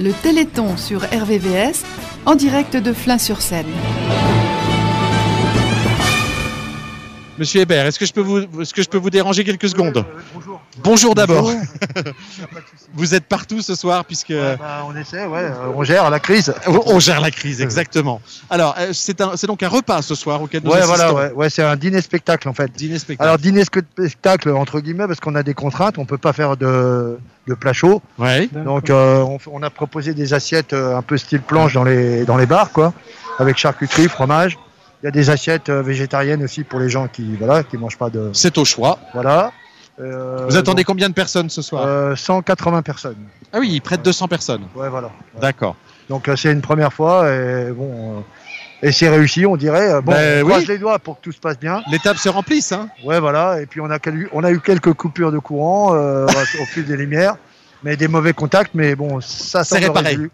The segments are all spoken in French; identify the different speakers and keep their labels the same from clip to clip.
Speaker 1: le Téléthon sur RVVS, en direct de Flins-sur-Seine.
Speaker 2: Monsieur Hébert, est-ce que, je peux vous, est-ce que je peux vous déranger quelques secondes
Speaker 3: Bonjour.
Speaker 2: Bonjour d'abord.
Speaker 3: Y a pas de souci.
Speaker 2: Vous êtes partout ce soir puisque
Speaker 3: Ouais, bah, on essaie, ouais, euh, on gère la crise.
Speaker 2: on on gère la crise, exactement. Alors, euh, c'est, un- c'est donc un repas ce soir auquel nous
Speaker 3: Ouais,
Speaker 2: assistons.
Speaker 3: voilà, ouais, ouais, c'est un dîner spectacle en fait.
Speaker 2: Dîner spectacle.
Speaker 3: Alors dîner spe- spectacle entre guillemets parce qu'on a des contraintes, on peut pas faire de, de plat chaud.
Speaker 2: Ouais.
Speaker 3: Donc euh, on, f- on a proposé des assiettes euh, un peu style planche dans les dans les bars quoi, avec charcuterie, fromage. Il y a des assiettes euh, végétariennes aussi pour les gens qui voilà qui mangent pas de
Speaker 2: C'est au choix.
Speaker 3: voilà. Euh,
Speaker 2: Vous attendez
Speaker 3: donc,
Speaker 2: combien de personnes ce soir
Speaker 3: euh, 180 personnes.
Speaker 2: Ah oui, près de 200 personnes.
Speaker 3: Ouais voilà. Ouais.
Speaker 2: D'accord.
Speaker 3: Donc euh, c'est une première fois et bon euh, et c'est réussi on dirait. Euh, Bon,
Speaker 2: Ben
Speaker 3: on croise
Speaker 2: oui.
Speaker 3: les doigts pour que tout se passe bien.
Speaker 2: Les tables se remplissent, hein
Speaker 3: Ouais, voilà. Et puis on a, quel- on a eu quelques coupures de courant euh, au fil des lumières, mais des mauvais contacts. Mais bon, ça
Speaker 2: C'est
Speaker 3: semble
Speaker 2: réparé.
Speaker 3: résolu.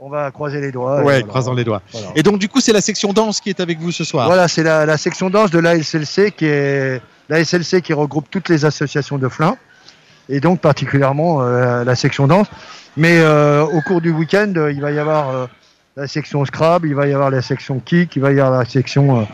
Speaker 3: On va croiser les doigts.
Speaker 2: Ouais,
Speaker 3: et voilà.
Speaker 2: croisons les doigts.
Speaker 3: Voilà,
Speaker 2: Et donc, du coup, c'est la section danse qui est avec vous ce soir.
Speaker 3: Voilà, c'est la, la section danse de l'ASLC qui est l'ASLC qui regroupe toutes les associations de Flins et donc particulièrement euh, la section danse. Mais euh, au cours du week-end, euh, il va y avoir euh, la section Scrabble, il va y avoir la section Kick, il va y avoir la section. euh,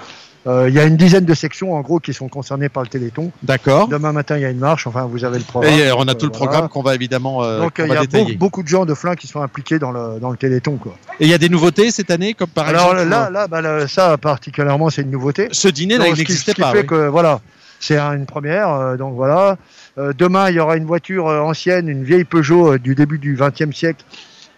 Speaker 3: euh, il y a une dizaine de sections en gros qui sont concernées par le Téléthon.
Speaker 2: D'accord.
Speaker 3: Demain matin, il y a une marche. Enfin, vous avez le programme.
Speaker 2: Et euh, on a tout
Speaker 3: Euh,
Speaker 2: le programme
Speaker 3: voilà.
Speaker 2: qu'on va évidemment euh,
Speaker 3: Donc,
Speaker 2: qu'on
Speaker 3: euh, il y
Speaker 2: va
Speaker 3: a
Speaker 2: détailler.
Speaker 3: beaucoup, beaucoup de gens de Flins qui sont impliqués dans le, dans le Téléthon. Quoi.
Speaker 2: Et il y a des nouveautés cette année, comme par
Speaker 3: Alors
Speaker 2: exemple euh,
Speaker 3: là, là, bah, là, ça particulièrement, c'est une nouveauté.
Speaker 2: ce dîner là,
Speaker 3: Donc,
Speaker 2: il
Speaker 3: ce qui-
Speaker 2: n'existait
Speaker 3: ce qui
Speaker 2: pas.
Speaker 3: fait
Speaker 2: oui.
Speaker 3: que, voilà, c'est un- une première. euh, donc voilà. Euh, demain, il y aura une voiture euh, ancienne, une vieille Peugeot euh, du début du XXe siècle,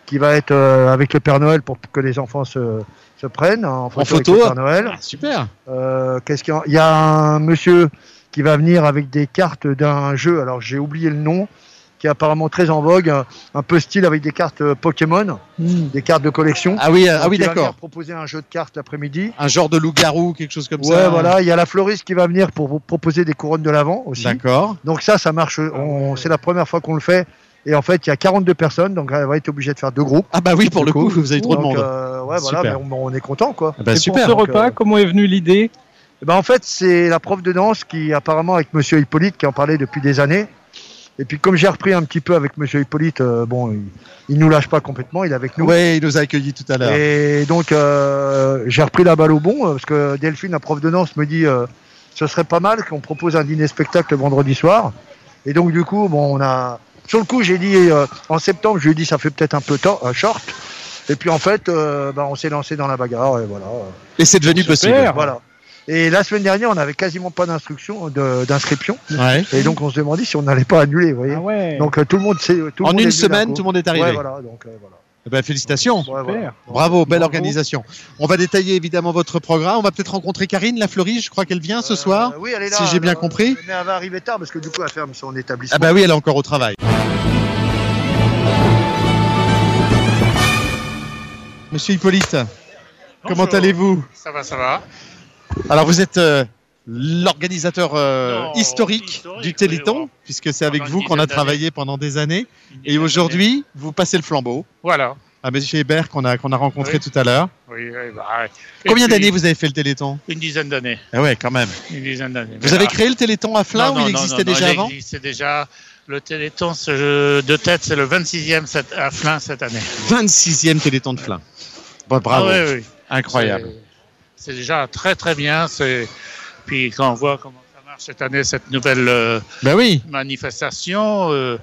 Speaker 3: qui va être euh, avec le Père Noël pour que les enfants se, se prennent hein, en photo, avec
Speaker 2: photo.
Speaker 3: le Père Noël.
Speaker 2: Ah, super.
Speaker 3: Euh, qu'est-ce qu'il y a Il y a un monsieur qui va venir avec des cartes d'un jeu, alors j'ai oublié le nom, qui est apparemment très en vogue, un, un peu style avec des cartes euh, Pokémon, des cartes de collection.
Speaker 2: Ah oui, euh, ah oui,
Speaker 3: Donc, il va venir
Speaker 2: d'accord.
Speaker 3: proposer un jeu de cartes l'après-midi.
Speaker 2: Un genre de loup-garou, quelque chose comme
Speaker 3: Ouais,
Speaker 2: ça. hein.
Speaker 3: voilà. Il y a la floriste qui va venir pour vous proposer des couronnes de l'avant aussi.
Speaker 2: D'accord.
Speaker 3: Donc ça, ça marche. on- C'est la première fois qu'on le fait. Et en fait, il y a 42 personnes, donc on va être obligé de faire deux groupes.
Speaker 2: Ah bah oui, pour
Speaker 3: Du
Speaker 2: le coup,
Speaker 3: coup,
Speaker 2: vous avez trop de
Speaker 3: Donc,
Speaker 2: monde.
Speaker 3: euh, ouais, voilà,
Speaker 2: Super.
Speaker 3: mais on, on est content, quoi.
Speaker 2: Ah bah,
Speaker 4: Et
Speaker 2: super.
Speaker 4: pour ce
Speaker 3: donc,
Speaker 4: repas,
Speaker 3: euh,
Speaker 4: comment est venue l'idée
Speaker 3: Eh ben, en fait, c'est la prof de danse qui, apparemment, avec Monsieur Hippolyte, qui en parlait depuis des années. Et puis, comme j'ai repris un petit peu avec Monsieur Hippolyte, euh, bon, il, il nous lâche pas complètement, il est avec nous.
Speaker 2: Ouais, il nous a accueillis tout à l'heure.
Speaker 3: euh, Et donc, euh, j'ai repris la balle au bon, euh, parce que Delphine, la prof de danse, me dit, euh, ce serait pas mal qu'on propose un dîner spectacle vendredi soir. Et donc, du coup, bon, on a, sur le coup, j'ai dit, euh, en septembre, je lui ai dit, ça fait peut-être un peu temps, euh, short. Et puis, en fait, euh, bah, on s'est lancé dans la bagarre, et voilà.
Speaker 2: Et c'est devenu possible.
Speaker 4: Super.
Speaker 3: Voilà. Et la semaine dernière, on n'avait quasiment pas d'instruction, de- d'inscription,
Speaker 2: Ouais.
Speaker 3: et donc on se demandait si on n'allait pas annuler, vous voyez.
Speaker 4: Ah ouais,
Speaker 3: Donc euh, tout le monde s'est, tout le
Speaker 2: En
Speaker 3: monde est
Speaker 2: une
Speaker 3: venu d'un
Speaker 2: semaine,
Speaker 3: coup.
Speaker 2: tout le monde est arrivé.
Speaker 3: Ouais, voilà, donc, euh, voilà.
Speaker 2: Eh ben, félicitations.
Speaker 3: Ouais, voilà.
Speaker 4: super.
Speaker 2: Bravo, belle
Speaker 4: Bravo.
Speaker 2: organisation. On va détailler évidemment votre programme. On va peut-être rencontrer Karine Lafleury, je crois qu'elle vient ce
Speaker 3: Euh,
Speaker 2: soir.
Speaker 3: oui, elle est là,
Speaker 2: si j'ai bien
Speaker 3: alors,
Speaker 2: compris.
Speaker 3: Mais elle va arriver tard parce que du coup, elle ferme son établissement.
Speaker 2: Ah bah oui, elle est encore au travail. Monsieur Hippolyte, comment
Speaker 5: Bonjour.
Speaker 2: allez-vous
Speaker 5: Ça va, ça va.
Speaker 2: Alors vous êtes euh, l'organisateur euh,
Speaker 5: Non,
Speaker 2: historique,
Speaker 5: historique,
Speaker 2: du
Speaker 5: oui,
Speaker 2: Téléthon,
Speaker 5: voilà.
Speaker 2: puisque c'est avec
Speaker 5: Pendant
Speaker 2: vous
Speaker 5: une
Speaker 2: qu'on a
Speaker 5: dizaine
Speaker 2: travaillé pendant des années.
Speaker 5: Une
Speaker 2: Et
Speaker 5: dizaine
Speaker 2: aujourd'hui, vous passez le flambeau
Speaker 5: d'années. Voilà.
Speaker 2: à Monsieur Hébert qu'on a, qu'on a rencontré
Speaker 5: Oui.
Speaker 2: tout à l'heure.
Speaker 5: Oui, oui, bah, ouais. Et
Speaker 2: Combien
Speaker 5: puis,
Speaker 2: d'années vous avez fait le Téléthon
Speaker 5: Une dizaine d'années.
Speaker 2: Ah ouais, quand même.
Speaker 5: Une dizaine d'années.
Speaker 2: Vous avez créé le Téléthon à Flins ou il existait déjà avant
Speaker 5: Il existait déjà. Le Téléthon ce- de tête, c'est le 26e cette- à Flins cette année.
Speaker 2: 26e Téléthon de Flins. Bon, Bah, bravo,
Speaker 5: Ah oui, oui.
Speaker 2: incroyable.
Speaker 5: C'est c'est déjà très très bien. C'est- Puis quand on voit comment ça marche cette année, cette nouvelle euh,
Speaker 2: Ben oui,
Speaker 5: manifestation, euh,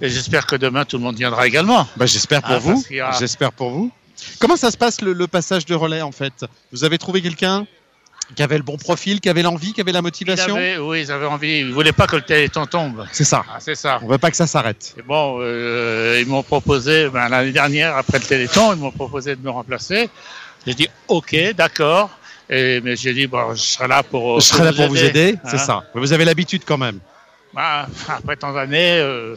Speaker 5: et j'espère que demain tout le monde viendra également.
Speaker 2: ben, j'espère pour
Speaker 5: Ah,
Speaker 2: vous.
Speaker 5: parce qu'il y a-
Speaker 2: J'espère pour vous. Comment ça se passe le, le passage de relais en fait Vous avez trouvé quelqu'un qui avait le bon profil, qui avait l'envie, qui avait la
Speaker 5: Ils
Speaker 2: motivation
Speaker 5: avaient, oui, ils avaient envie. Ils voulaient pas que le Téléthon tombe.
Speaker 2: C'est ça.
Speaker 5: Ah, c'est ça.
Speaker 2: On veut pas que ça s'arrête.
Speaker 5: Et bon, euh, ils m'ont proposé, ben, l'année dernière, après le Téléthon, ils m'ont proposé de me remplacer. J'ai dit, OK, d'accord. Et- Mais j'ai dit, bon, je serai là pour. euh,
Speaker 2: Je serai là pour vous aider, c'est
Speaker 5: hein.
Speaker 2: ça. Mais Vous avez l'habitude quand même.
Speaker 5: Ben, après tant d'années, euh,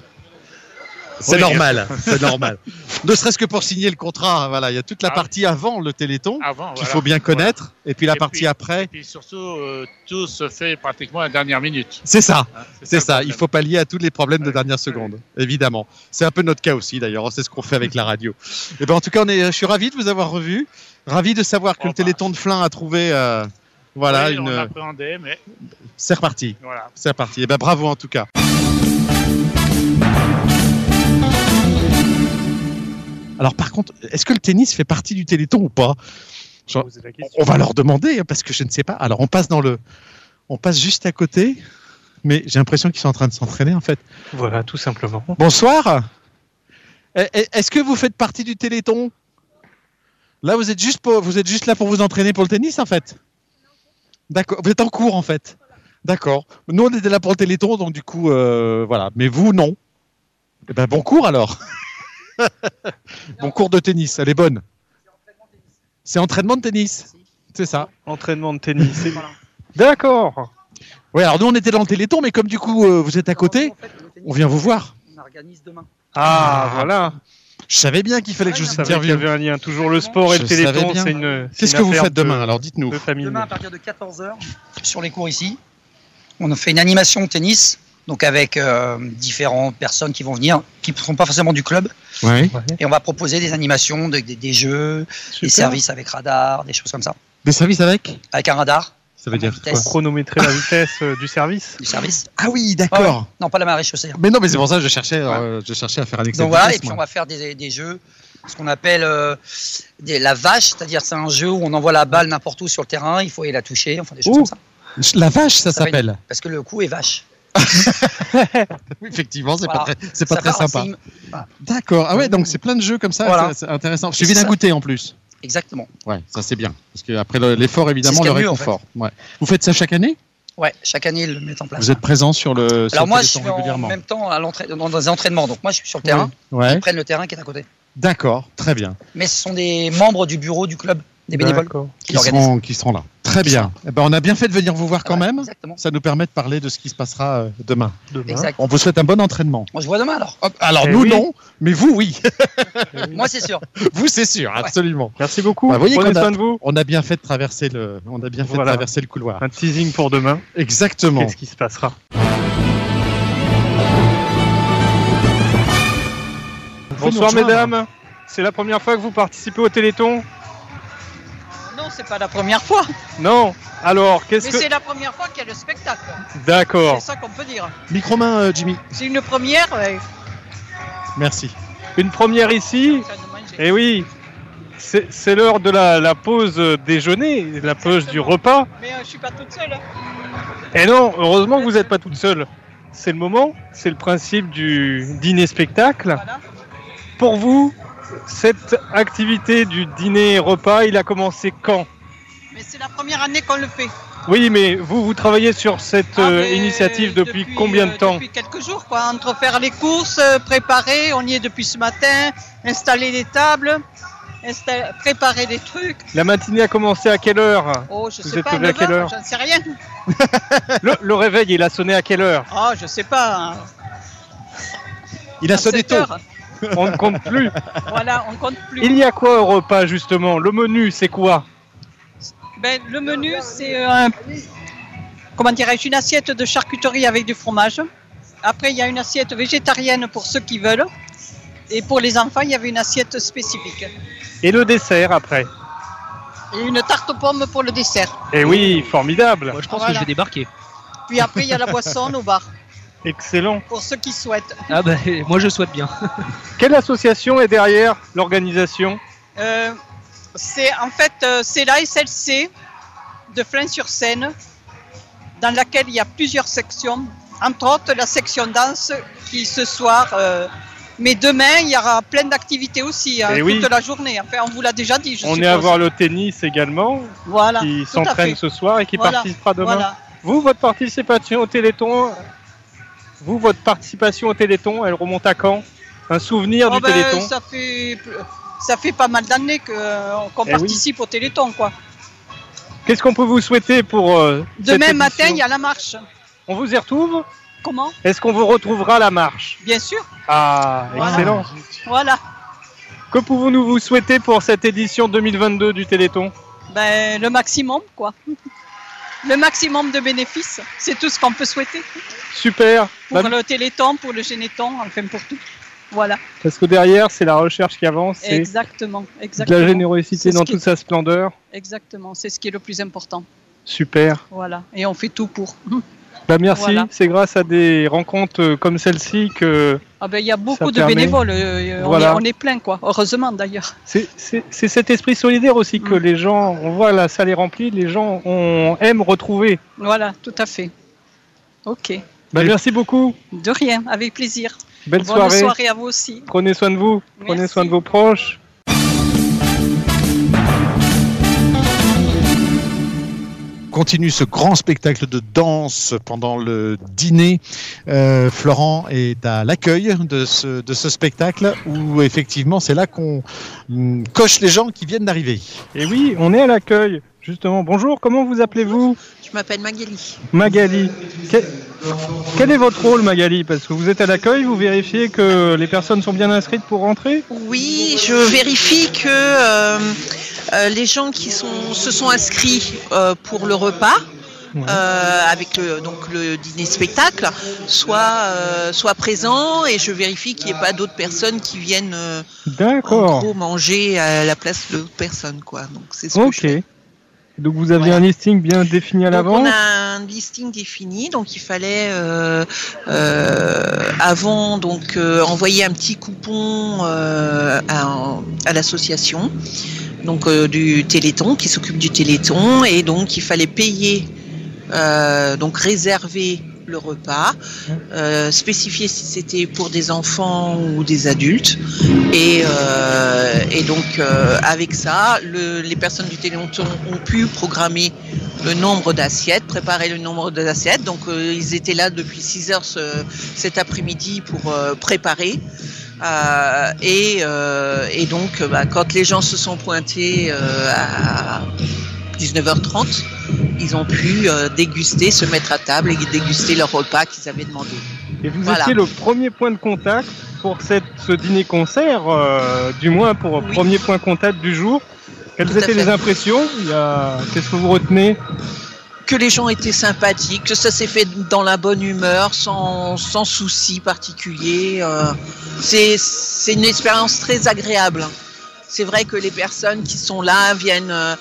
Speaker 2: C'est
Speaker 5: Oui.
Speaker 2: normal, c'est normal. Ne serait-ce que pour signer le contrat, voilà, il y a toute la
Speaker 5: Ah.
Speaker 2: partie avant le Téléthon
Speaker 5: avant.
Speaker 2: qu'il
Speaker 5: voilà.
Speaker 2: faut bien connaître, et puis la
Speaker 5: Et
Speaker 2: partie
Speaker 5: puis-
Speaker 2: après.
Speaker 5: Et puis surtout, euh, tout se fait pratiquement à la dernière minute.
Speaker 2: C'est ça.
Speaker 5: hein.
Speaker 2: C'est
Speaker 5: le
Speaker 2: ça, il
Speaker 5: problème.
Speaker 2: faut pallier à tous les problèmes de
Speaker 5: Ouais.
Speaker 2: dernière seconde, évidemment. C'est un peu notre cas aussi d'ailleurs, c'est ce qu'on fait avec la radio. Et ben en tout cas, on est, je suis ravi de vous avoir revu, ravi de savoir que
Speaker 5: Oh
Speaker 2: le
Speaker 5: bah.
Speaker 2: Téléthon de Flins a trouvé euh, voilà
Speaker 5: Oui,
Speaker 2: une
Speaker 5: On appréhendait, mais
Speaker 2: c'est reparti.
Speaker 5: voilà.
Speaker 2: C'est reparti. Et ben bravo en tout cas. Alors par contre, est-ce que le tennis fait partie du Téléthon ou pas Genre,
Speaker 4: Posez la
Speaker 2: On-
Speaker 4: question.
Speaker 2: On va leur demander hein, parce que je ne sais pas. Alors on passe dans le, on passe juste à côté, mais j'ai l'impression qu'ils sont en train de s'entraîner en fait.
Speaker 4: Voilà, tout simplement.
Speaker 2: Bonsoir. Eh, eh, Est-ce que vous faites partie du Téléthon Là, vous êtes juste pour- vous êtes juste là pour vous entraîner pour le tennis en fait. D'accord. Vous êtes en cours en fait. D'accord. Nous, on était là pour le Téléthon, donc du coup, euh, voilà. Mais vous, non. Eh ben, bon cours alors. bon cours de tennis. Elle est bonne. C'est entraînement de tennis. C'est ça.
Speaker 4: Entraînement de tennis. D'accord.
Speaker 2: Oui, alors nous, on était dans le Téléthon, mais comme du coup, euh, vous êtes à côté,
Speaker 6: En fait, le tennis,
Speaker 2: on vient vous voir.
Speaker 6: On organise demain.
Speaker 4: Ah, voilà.
Speaker 2: Je savais bien qu'il fallait que je
Speaker 6: Ah,
Speaker 2: vous
Speaker 4: Je savais qu'il y avait
Speaker 2: interviewe.
Speaker 4: un lien. Toujours le sport et
Speaker 2: Je
Speaker 4: le
Speaker 2: savais
Speaker 4: téléthon.
Speaker 2: bien.
Speaker 4: C'est une. c'est
Speaker 2: Qu'est-ce
Speaker 4: une
Speaker 2: que vous
Speaker 4: affaire
Speaker 2: faites
Speaker 4: de-
Speaker 2: demain Alors, dites-nous.
Speaker 4: De famille.
Speaker 6: Demain, à partir de 14h, sur les cours ici, on fait une animation tennis, donc avec euh, différentes personnes qui vont venir, qui ne seront pas forcément du club.
Speaker 2: Ouais.
Speaker 6: Et on va proposer des animations, de- des, des jeux, des services avec radar, des choses comme ça.
Speaker 2: Des services avec
Speaker 6: Avec un radar,
Speaker 2: Ça veut dire
Speaker 6: vitesse
Speaker 4: Chronométrer la vitesse euh, du service.
Speaker 6: du service.
Speaker 2: Ah oui, d'accord.
Speaker 6: Non, pas la marée chaussée. hein.
Speaker 2: Mais non, mais c'est pour ça que je cherchais, euh, je cherchais à faire un excès
Speaker 6: Donc
Speaker 2: de
Speaker 6: voilà, et
Speaker 2: vitesse,
Speaker 6: puis on
Speaker 2: moi.
Speaker 6: va faire des, des jeux, ce qu'on appelle euh, des- la vache, c'est-à-dire c'est un jeu où on envoie la balle n'importe où sur le terrain, il faut aller la toucher, enfin des choses
Speaker 2: Ouh.
Speaker 6: comme ça.
Speaker 2: La vache, ça,
Speaker 6: Ça va
Speaker 2: s'appelle.
Speaker 6: Parce que le coup est vache.
Speaker 2: Oui, Effectivement, c'est pas
Speaker 6: Voilà.
Speaker 2: très, c'est pas
Speaker 6: Ça
Speaker 2: très
Speaker 6: part en
Speaker 2: sympa.
Speaker 6: sim-
Speaker 2: D'accord. Ah ouais, donc c'est plein de jeux comme ça.
Speaker 6: Voilà.
Speaker 2: c'est- C'est intéressant. Je
Speaker 6: Et
Speaker 2: suis
Speaker 6: c'est
Speaker 2: d'un
Speaker 6: ça.
Speaker 2: goûter hein. en plus.
Speaker 6: Exactement.
Speaker 2: Ouais, ça c'est bien. Parce que après le- l'effort,
Speaker 6: C'est ce
Speaker 2: évidemment,
Speaker 6: qu'il y
Speaker 2: le
Speaker 6: a de mieux, en
Speaker 2: réconfort. Ouais. Vous faites ça chaque année
Speaker 6: Ouais, chaque année, ils le mettent en place.
Speaker 2: Vous êtes présent sur le. sur
Speaker 6: Bah, Alors
Speaker 2: le
Speaker 6: moi, je
Speaker 2: Téléthon
Speaker 6: suis en
Speaker 2: régulièrement.
Speaker 6: même temps à l'entra- dans dans des entraînements. Donc moi, je suis sur le terrain.
Speaker 2: Ouais.
Speaker 6: Ils prennent le terrain qui est à côté.
Speaker 2: D'accord. Très bien.
Speaker 6: Mais ce sont des membres du bureau du club, des bénévoles
Speaker 4: D'accord.
Speaker 6: qui
Speaker 2: qui
Speaker 6: l'organisent.
Speaker 2: seront, qui seront là. Très bien. Eh ben, on a bien fait de venir vous voir quand
Speaker 6: Ouais,
Speaker 2: même.
Speaker 6: Exactement.
Speaker 2: Ça nous permet de parler de ce qui se passera euh, demain.
Speaker 4: Demain.
Speaker 6: Exact.
Speaker 2: On vous souhaite un bon entraînement.
Speaker 6: On se voit demain alors.
Speaker 2: Hop, alors
Speaker 4: Eh
Speaker 2: nous
Speaker 4: oui. Eh
Speaker 2: non, mais vous oui.
Speaker 6: Moi, c'est sûr.
Speaker 2: vous c'est sûr, absolument.
Speaker 4: Merci beaucoup.
Speaker 2: Bah, vous voyez
Speaker 4: Prenez
Speaker 2: qu'on a-
Speaker 4: soin de vous.
Speaker 2: On a bien fait de traverser le, on a bien fait
Speaker 4: Voilà.
Speaker 2: de traverser le couloir.
Speaker 4: Un teasing pour demain.
Speaker 2: Exactement.
Speaker 4: Qu'est-ce qui se passera
Speaker 2: pouvez
Speaker 4: Bonsoir
Speaker 2: nous rejoindre.
Speaker 4: mesdames. C'est la première fois que vous participez au Téléthon
Speaker 6: Non, c'est pas la première fois.
Speaker 4: Non. Alors, qu'est-ce que
Speaker 6: la première fois qu'il y a le spectacle.
Speaker 4: D'accord.
Speaker 6: ça qu'on peut dire.
Speaker 2: Micro main, euh, Jimmy.
Speaker 6: C'est une première.
Speaker 2: Merci.
Speaker 4: Une première ici. Eh oui. C'est c'est l'heure de la, la pause déjeuner, la pause du repas.
Speaker 6: Mais euh, je suis pas toute seule. hein.
Speaker 4: Et Eh non, heureusement que vous n'êtes pas toute seule. C'est le moment, c'est le principe du dîner spectacle. Pour vous, cette activité du dîner repas, il a commencé quand
Speaker 6: Mais c'est la première année qu'on le fait.
Speaker 4: Oui, mais vous, vous travaillez sur cette
Speaker 6: Ah,
Speaker 4: euh,
Speaker 6: mais
Speaker 4: initiative depuis,
Speaker 6: depuis,
Speaker 4: combien
Speaker 6: euh,
Speaker 4: de temps
Speaker 6: Depuis quelques jours, quoi. Entre faire les courses, euh, préparer, on y est depuis ce matin, installer des tables, insta- préparer des trucs.
Speaker 4: La matinée a commencé à quelle heure
Speaker 6: Oh, je
Speaker 4: Ah. Vous
Speaker 6: sais
Speaker 4: êtes
Speaker 6: pas,
Speaker 4: levé à
Speaker 6: 9
Speaker 4: quelle
Speaker 6: heures,
Speaker 4: heure
Speaker 6: j'en sais rien.
Speaker 4: le, le réveil, il a sonné à quelle heure
Speaker 6: Oh, je sais pas. hein.
Speaker 2: Il a
Speaker 6: À
Speaker 2: sonné
Speaker 6: 7
Speaker 2: tôt.
Speaker 6: heures.
Speaker 4: On ne compte plus.
Speaker 6: Voilà, on compte plus.
Speaker 4: Il y a quoi au repas, justement Le menu, c'est quoi
Speaker 6: Ben, le menu, c'est euh, un- comment dirais-je, une assiette de charcuterie avec du fromage. Après, il y a une assiette végétarienne pour ceux qui veulent. Et pour les enfants, il y avait une assiette spécifique.
Speaker 4: Et le dessert après
Speaker 6: Et une tarte aux pommes pour le dessert.
Speaker 4: Eh oui, formidable
Speaker 7: Moi, je pense
Speaker 6: Ah, Voilà.
Speaker 7: que je vais débarquer.
Speaker 6: Puis après, il y a la boisson au bar,
Speaker 4: Excellent
Speaker 6: pour ceux qui souhaitent.
Speaker 7: Ah bah, moi, je souhaite bien.
Speaker 4: Quelle association est derrière l'organisation
Speaker 6: Euh, c'est en fait euh, c'est la SLC de Flins-sur-Seine dans laquelle il y a plusieurs sections, entre autres la section danse qui ce soir. euh, mais demain, il y aura plein d'activités aussi, hein,
Speaker 4: Eh
Speaker 6: toute
Speaker 4: oui.
Speaker 6: la journée. Enfin, on vous l'a déjà dit, je
Speaker 4: On est
Speaker 6: suppose.
Speaker 4: à voir le tennis également,
Speaker 6: Voilà,
Speaker 4: qui
Speaker 6: tout à
Speaker 4: s'entraîne
Speaker 6: fait.
Speaker 4: ce soir et qui
Speaker 6: Voilà,
Speaker 4: participera demain.
Speaker 6: Voilà.
Speaker 4: Vous, votre participation au Téléthon, vous, votre participation au Téléthon, elle remonte à quand Un souvenir
Speaker 6: Oh
Speaker 4: du
Speaker 6: ben,
Speaker 4: Téléthon
Speaker 6: ça, fait, ça fait pas mal d'années que, euh, qu'on
Speaker 4: Eh oui.
Speaker 6: participe au Téléthon. Quoi.
Speaker 4: Qu'est-ce qu'on peut vous souhaiter pour euh, cette
Speaker 6: Demain
Speaker 4: édition
Speaker 6: matin, il y a la marche.
Speaker 4: On vous y retrouve
Speaker 6: Comment
Speaker 4: Est-ce qu'on vous retrouvera à la marche
Speaker 6: Bien sûr.
Speaker 4: Ah,
Speaker 6: Voilà.
Speaker 4: excellent
Speaker 6: Voilà.
Speaker 4: Que pouvons-nous vous souhaiter pour cette édition 2022 du Téléthon
Speaker 6: Ben, le maximum, quoi. Le maximum de bénéfices, c'est tout ce qu'on peut souhaiter.
Speaker 4: Super
Speaker 6: Pour
Speaker 4: Bah,
Speaker 6: le téléthon, pour le généton, enfin pour tout. Voilà,
Speaker 4: Parce que derrière, c'est la recherche qui avance, c'est
Speaker 6: exactement,
Speaker 4: de la
Speaker 6: exactement.
Speaker 4: générosité
Speaker 6: C'est ce
Speaker 4: dans
Speaker 6: qui-
Speaker 4: toute sa splendeur.
Speaker 6: Exactement, c'est ce qui est le plus important.
Speaker 4: Super
Speaker 6: Voilà, et on fait tout pour.
Speaker 4: Bah merci,
Speaker 6: Voilà.
Speaker 4: c'est grâce à des rencontres euh, comme celle-ci que
Speaker 6: Ah ben, il y a beaucoup de
Speaker 4: permet-
Speaker 6: bénévoles. euh, on
Speaker 4: Voilà.
Speaker 6: est- on est plein, quoi. Heureusement, d'ailleurs.
Speaker 4: C'est- C'est c'est cet esprit solidaire aussi que
Speaker 6: Mm.
Speaker 4: les gens, on voit la salle est remplie, les gens on aime retrouver.
Speaker 6: Voilà, tout à fait. Ok.
Speaker 4: Bah, merci beaucoup,
Speaker 6: De rien, avec plaisir.
Speaker 4: belle
Speaker 6: Bonne
Speaker 4: soirée.
Speaker 6: soirée à vous aussi.
Speaker 4: prenez soin de vous, prenez
Speaker 6: Merci.
Speaker 4: soin de vos proches.
Speaker 2: continue ce grand spectacle de danse pendant le dîner. Euh, Florent est à l'accueil de ce, de ce spectacle où effectivement c'est là qu'on mm, coche les gens qui viennent d'arriver.
Speaker 4: Et Eh oui, on est à l'accueil. Justement, bonjour, comment vous appelez-vous
Speaker 7: Je m'appelle Magali.
Speaker 4: Magali. Quel, quel est votre rôle Magali Parce que vous êtes à l'accueil, vous vérifiez que les personnes sont bien inscrites pour rentrer
Speaker 7: Oui, je vérifie que euh, euh, les gens qui sont, se sont inscrits euh, pour le repas,
Speaker 4: Ouais.
Speaker 7: euh, avec le, donc le dîner spectacle, soient, euh, soient présents et je vérifie qu'il n'y ait pas d'autres personnes qui viennent euh, en
Speaker 4: D'accord,
Speaker 7: gros manger à la place de d'autres personnes. Quoi. Donc, c'est ce que je
Speaker 4: ok.
Speaker 7: fais.
Speaker 4: Donc vous aviez
Speaker 7: Ouais.
Speaker 4: un listing bien défini à
Speaker 7: Donc, on
Speaker 4: l'avance
Speaker 7: a un listing défini, donc il fallait euh, euh, avant donc euh, envoyer un petit coupon euh, à, à l'association donc euh, du Téléthon qui s'occupe du Téléthon et donc il fallait payer euh, donc réserver le repas, euh, spécifier si c'était pour des enfants ou des adultes et, euh, et donc euh, avec ça le- les personnes du Téléthon ont pu programmer le nombre d'assiettes, préparer le nombre d'assiettes. Donc euh, ils étaient là depuis 6 heures ce- cet après-midi pour euh, préparer. Euh, et, euh, et donc euh, bah, quand les gens se sont pointés euh, à 19h30, ils ont pu euh, déguster, se mettre à table et déguster leur repas qu'ils avaient demandé.
Speaker 4: Et vous
Speaker 7: Voilà.
Speaker 4: étiez le premier point de contact pour cette, ce dîner-concert, euh, du moins pour
Speaker 7: Oui.
Speaker 4: premier point contact du jour. Quelles
Speaker 7: Tout à
Speaker 4: étaient
Speaker 7: fait.
Speaker 4: les impressions Il y a- Qu'est-ce que vous retenez
Speaker 7: que les gens étaient sympathiques, que ça s'est fait dans la bonne humeur, sans, sans souci particulier. euh, c'est- C'est une expérience très agréable. C'est vrai que les personnes qui sont là viennent, euh,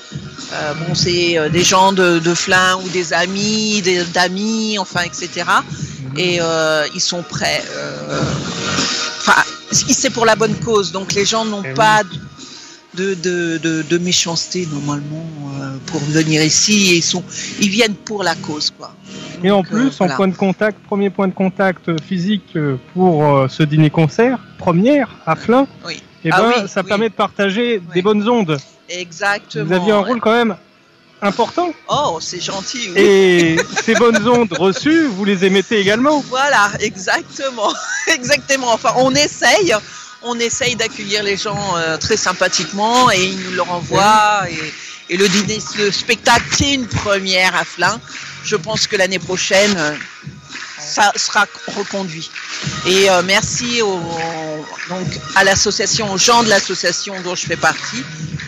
Speaker 7: euh, bon, c'est euh, des gens de, de Flins ou des amis, des- d'amis, enfin, etc.
Speaker 4: Mhm.
Speaker 7: Et euh, ils sont prêts. euh, Enfin, c'est pour la bonne cause, donc les gens n'ont
Speaker 4: Eh oui.
Speaker 7: pas de, de, de, de méchanceté normalement euh, pour venir ici. Et ils sont ils viennent pour la cause, quoi.
Speaker 4: Et en
Speaker 7: Donc, euh,
Speaker 4: plus,
Speaker 7: voilà.
Speaker 4: en point de contact, premier point de contact euh, physique euh, pour euh, ce dîner-concert, première à Flins,
Speaker 7: Oui.
Speaker 4: et
Speaker 7: Ah
Speaker 4: ben,
Speaker 7: oui,
Speaker 4: ça
Speaker 7: oui.
Speaker 4: permet de partager des
Speaker 7: Oui.
Speaker 4: bonnes ondes.
Speaker 7: Exactement.
Speaker 4: Vous aviez un rôle quand même important.
Speaker 7: Oh, c'est gentil. oui.
Speaker 4: Et ces bonnes ondes reçues, vous les émettez également.
Speaker 7: Voilà, exactement, exactement. Enfin, on essaye, on essaye d'accueillir les gens euh, très sympathiquement et ils nous le renvoient. Et, et le dîner, le spectacle, c'est une première à Flins. Je pense que l'année prochaine, euh, ça sera reconduit. Et euh, merci au, donc à l'association, aux gens de l'association dont je fais partie,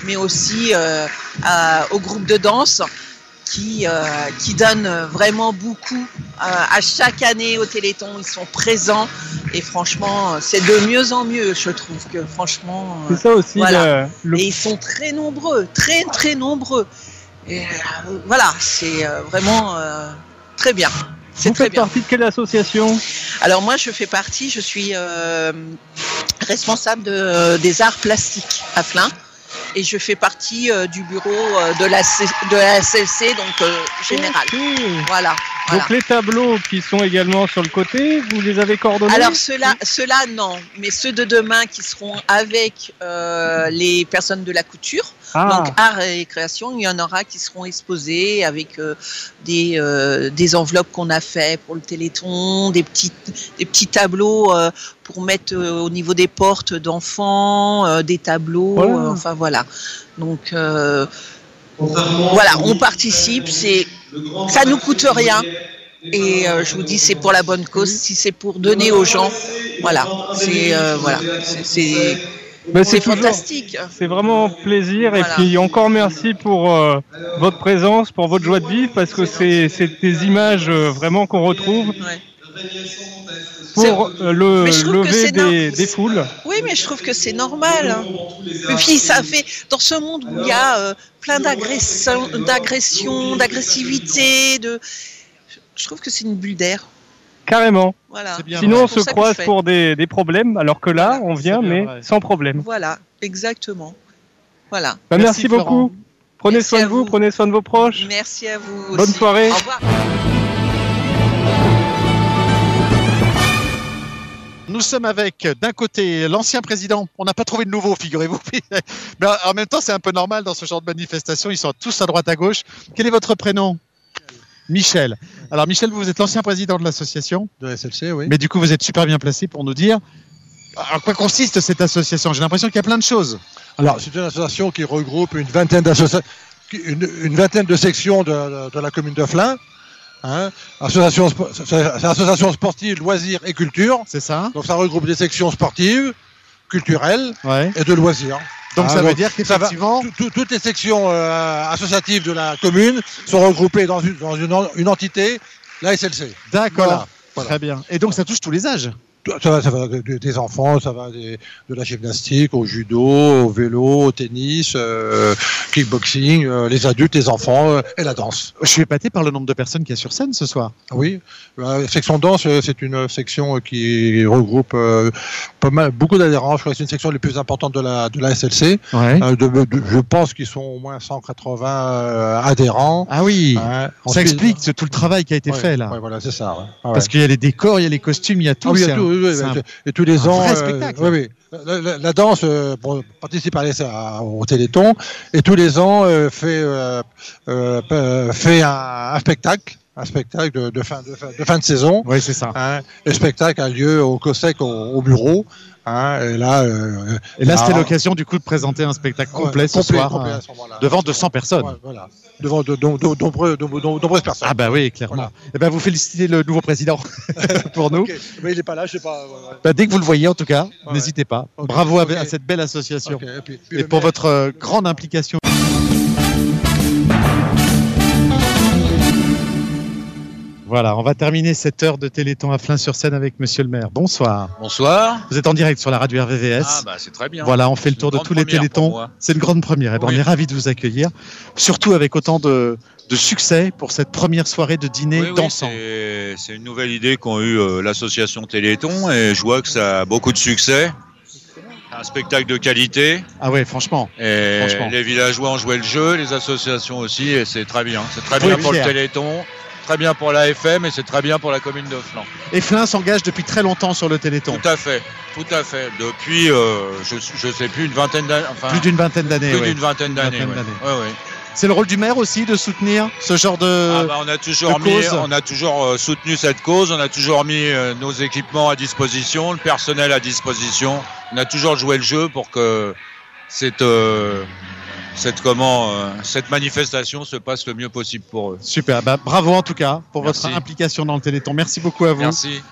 Speaker 7: mais aussi euh, à- au groupe de danse qui euh, qui donne vraiment beaucoup euh, à chaque année au Téléthon, ils sont présents et franchement, euh, c'est de mieux en mieux, je trouve que franchement. euh,
Speaker 4: C'est ça aussi
Speaker 7: Voilà.
Speaker 4: le, le
Speaker 7: Et ils sont très nombreux, très très nombreux. Et, euh, voilà, c'est euh, vraiment euh, très bien. C'est
Speaker 4: Vous
Speaker 7: très
Speaker 4: faites
Speaker 7: bien.
Speaker 4: partie de quelle association
Speaker 7: Alors moi, je fais partie, je suis euh, responsable de- euh, des arts plastiques à Flins. Et je fais partie euh, du bureau euh, de la, C- de la SLC, donc euh, général.
Speaker 4: Ok.
Speaker 7: Voilà. voilà.
Speaker 4: Donc les tableaux qui sont également sur le côté, vous les avez coordonnés
Speaker 7: Alors ceux-là, ceux-là non, mais ceux de demain qui seront avec euh, les personnes de la couture,
Speaker 4: ah,
Speaker 7: donc art et création, il y en aura qui seront exposés avec euh, des, euh, des enveloppes qu'on a fait pour le Téléthon, des petits, des petits tableaux euh, pour mettre euh, au niveau des portes d'enfants, euh, des tableaux,
Speaker 4: Voilà.
Speaker 7: euh, enfin voilà. Donc euh, voilà, on participe, c'est ça nous coûte rien. Et euh, je vous dis, c'est pour la bonne cause, si c'est pour donner aux gens, voilà, c'est euh, voilà, c'est- c'est
Speaker 4: bah,
Speaker 7: c'est
Speaker 4: c'est toujours-
Speaker 7: fantastique.
Speaker 4: C'est vraiment plaisir et
Speaker 7: Voilà.
Speaker 4: puis encore merci pour euh, votre présence, pour votre joie de vivre parce que c'est c'est des images euh, vraiment qu'on retrouve
Speaker 7: Ouais.
Speaker 4: pour euh, le
Speaker 7: Mais je trouve que
Speaker 4: lever
Speaker 7: c'est
Speaker 4: des,
Speaker 7: dingue.
Speaker 4: des foules.
Speaker 7: Oui, mais je trouve que c'est normal. hein. Et puis ça fait dans ce monde où il y a euh, plein d'agressions, d'agressions, d'agressivité, de. Je trouve que c'est une bulle d'air.
Speaker 4: Carrément.
Speaker 7: Voilà.
Speaker 2: C'est bien.
Speaker 4: Sinon, on
Speaker 7: C'est
Speaker 4: se
Speaker 7: pour ça que
Speaker 4: croise
Speaker 7: je fais.
Speaker 4: pour des, des problèmes, alors que là,
Speaker 2: Voilà,
Speaker 4: on
Speaker 2: c'est
Speaker 4: vient,
Speaker 2: bien,
Speaker 4: mais
Speaker 2: ouais.
Speaker 4: sans problème.
Speaker 7: Voilà, exactement. Voilà.
Speaker 4: Bah,
Speaker 2: Merci,
Speaker 4: merci,
Speaker 2: Florent.
Speaker 4: beaucoup. Prenez
Speaker 7: Merci
Speaker 4: soin
Speaker 7: à
Speaker 4: de vous,
Speaker 7: vous.
Speaker 4: prenez soin de vos proches.
Speaker 7: Merci à vous.
Speaker 4: Bonne
Speaker 7: aussi.
Speaker 4: soirée.
Speaker 7: Au revoir.
Speaker 2: Nous sommes avec, d'un côté, l'ancien président. On n'a pas trouvé de nouveau, figurez-vous. Mais en même temps, c'est un peu normal dans ce genre de manifestation. Ils sont tous à droite, à gauche. Quel est votre prénom Michel. Alors, Michel, vous êtes l'ancien président de l'association.
Speaker 8: De la SLC, oui.
Speaker 2: Mais du coup, vous êtes super bien placé pour nous dire à quoi consiste cette association. J'ai l'impression qu'il y a plein de choses.
Speaker 8: Alors, c'est une association qui regroupe une vingtaine, d'associa- une, une vingtaine de sections de, de- de la commune de Flins. Hein, association, spo- c'est- association sportive, loisirs et culture.
Speaker 2: C'est ça
Speaker 8: Donc, ça regroupe des sections sportives, culturelles
Speaker 2: Ouais.
Speaker 8: et de loisirs.
Speaker 2: Donc,
Speaker 8: Ah,
Speaker 2: ça veut
Speaker 8: donc,
Speaker 2: dire
Speaker 8: ça va-
Speaker 2: qu'effectivement,
Speaker 8: Tout- tout- toutes les sections euh, associatives de la commune sont regroupées dans une, dans une, en- une entité, la SLC.
Speaker 2: D'accord.
Speaker 8: Voilà, voilà.
Speaker 2: Très bien. Et donc, ça touche tous les âges.
Speaker 8: Tout- Ça va, ça va de- de- des enfants, ça va des- de la gymnastique au judo, au vélo, au tennis, euh, kickboxing, euh, les adultes, les enfants euh, et la danse.
Speaker 2: Je suis épaté par le nombre de personnes qu'il y a sur scène ce soir.
Speaker 8: Ah Oui, la section danse, euh, c'est une section euh, qui regroupe euh, pas mal, beaucoup d'adhérents. Je crois que c'est une section les plus importantes de la, de la SLC.
Speaker 2: Ouais.
Speaker 8: Euh, de- de- je pense qu'ils sont au moins 180 euh, adhérents.
Speaker 2: Ah oui.
Speaker 8: Hein,
Speaker 2: ça
Speaker 8: ensuite-
Speaker 2: explique ce- tout le travail qui a été
Speaker 8: Ouais,
Speaker 2: fait là.
Speaker 8: ouais, voilà, c'est ça. ouais. Ah ouais.
Speaker 2: Parce qu'il y a les décors, il y a les costumes, il y a tout.
Speaker 8: Ah oui, il y
Speaker 2: c'est
Speaker 8: a
Speaker 2: un-
Speaker 8: tout, oui, oui,
Speaker 2: c'est un-
Speaker 8: et tous les
Speaker 2: un
Speaker 8: ans,
Speaker 2: vrai
Speaker 8: euh,
Speaker 2: spectacle.
Speaker 8: oui, oui. La, la- la danse euh, bon, participe à, la- à- au Téléthon et tous les ans euh, fait euh, euh, p- euh, fait un, un spectacle, un spectacle de, de fin, de, fin, de fin de saison.
Speaker 2: Oui, c'est ça.
Speaker 8: hein. Le spectacle a lieu au COSEC au, au bureau. hein, et là, euh,
Speaker 2: Et là, c'était
Speaker 8: Ah.
Speaker 2: l'occasion du coup de présenter un spectacle complet
Speaker 8: ouais,
Speaker 2: ce soir
Speaker 8: complet
Speaker 2: euh,
Speaker 8: à ce moment-là.
Speaker 2: devant 200 personnes.
Speaker 8: Ouais, voilà. Devant de, de- de- de nombreux- de- de- de nombreuses personnes.
Speaker 2: Ah bah oui, clairement.
Speaker 8: Voilà.
Speaker 2: Eh ben, vous félicitez le nouveau président pour nous.
Speaker 8: Ok. Mais il n'est pas là, je sais pas. ouais, ouais.
Speaker 2: Bah, dès que vous le voyez, en tout cas,
Speaker 8: Ouais,
Speaker 2: n'hésitez pas.
Speaker 8: Ok,
Speaker 2: Bravo à-
Speaker 8: ok.
Speaker 2: à, cette belle association
Speaker 8: Ok, et puis- puis
Speaker 2: et
Speaker 8: le
Speaker 2: pour
Speaker 8: maire-
Speaker 2: votre euh, grande implication. Voilà, on va terminer cette heure de Téléthon à Flins-sur-Seine avec Monsieur le maire. Bonsoir.
Speaker 9: Bonsoir.
Speaker 2: Vous êtes en direct sur la radio RVVS.
Speaker 9: Ah bah c'est très bien.
Speaker 2: Voilà, on fait le
Speaker 9: C'est
Speaker 2: tour
Speaker 9: une
Speaker 2: de
Speaker 9: grande
Speaker 2: tous les
Speaker 9: première pour
Speaker 2: télétons.
Speaker 9: moi.
Speaker 2: C'est une grande première. Et ben,
Speaker 9: Oui.
Speaker 2: On est ravis de vous accueillir, surtout avec autant de, de succès pour cette première soirée de dîner
Speaker 9: Oui, oui,
Speaker 2: dansant.
Speaker 9: c'est- C'est une nouvelle idée qu'ont eu euh, l'association Téléthon et je vois que ça a beaucoup de succès. Un spectacle de qualité.
Speaker 2: ah ouais, franchement.
Speaker 9: Et
Speaker 2: Franchement.
Speaker 9: les villageois ont joué le jeu, les associations aussi, et c'est très bien. C'est très
Speaker 2: Faut
Speaker 9: bien
Speaker 2: être
Speaker 9: pour le
Speaker 2: fier.
Speaker 9: Téléthon, très bien pour la FM et c'est très bien pour la commune de Flan.
Speaker 2: Et Flin s'engage depuis très longtemps sur le téléthon.
Speaker 9: Tout à fait, tout à fait. Depuis, euh, je, je sais plus, une vingtaine d'années. Enfin,
Speaker 2: Plus d'une vingtaine d'années.
Speaker 9: plus
Speaker 2: ouais.
Speaker 9: d'une vingtaine d'années.
Speaker 2: Vingtaine
Speaker 9: ouais.
Speaker 2: d'années.
Speaker 9: Ouais, ouais.
Speaker 2: C'est le rôle du maire aussi de soutenir ce genre de.
Speaker 9: Ah bah, on a toujours
Speaker 2: Euh, de
Speaker 9: mis,
Speaker 2: cause.
Speaker 9: on a toujours euh, soutenu cette cause, on a toujours mis euh, nos équipements à disposition, le personnel à disposition. On a toujours joué le jeu pour que cette euh, cette comment euh, cette manifestation se passe le mieux possible pour eux.
Speaker 2: Super. Bah, bravo en tout cas pour
Speaker 9: Merci.
Speaker 2: votre implication dans le téléthon. Merci beaucoup à vous.
Speaker 9: Merci.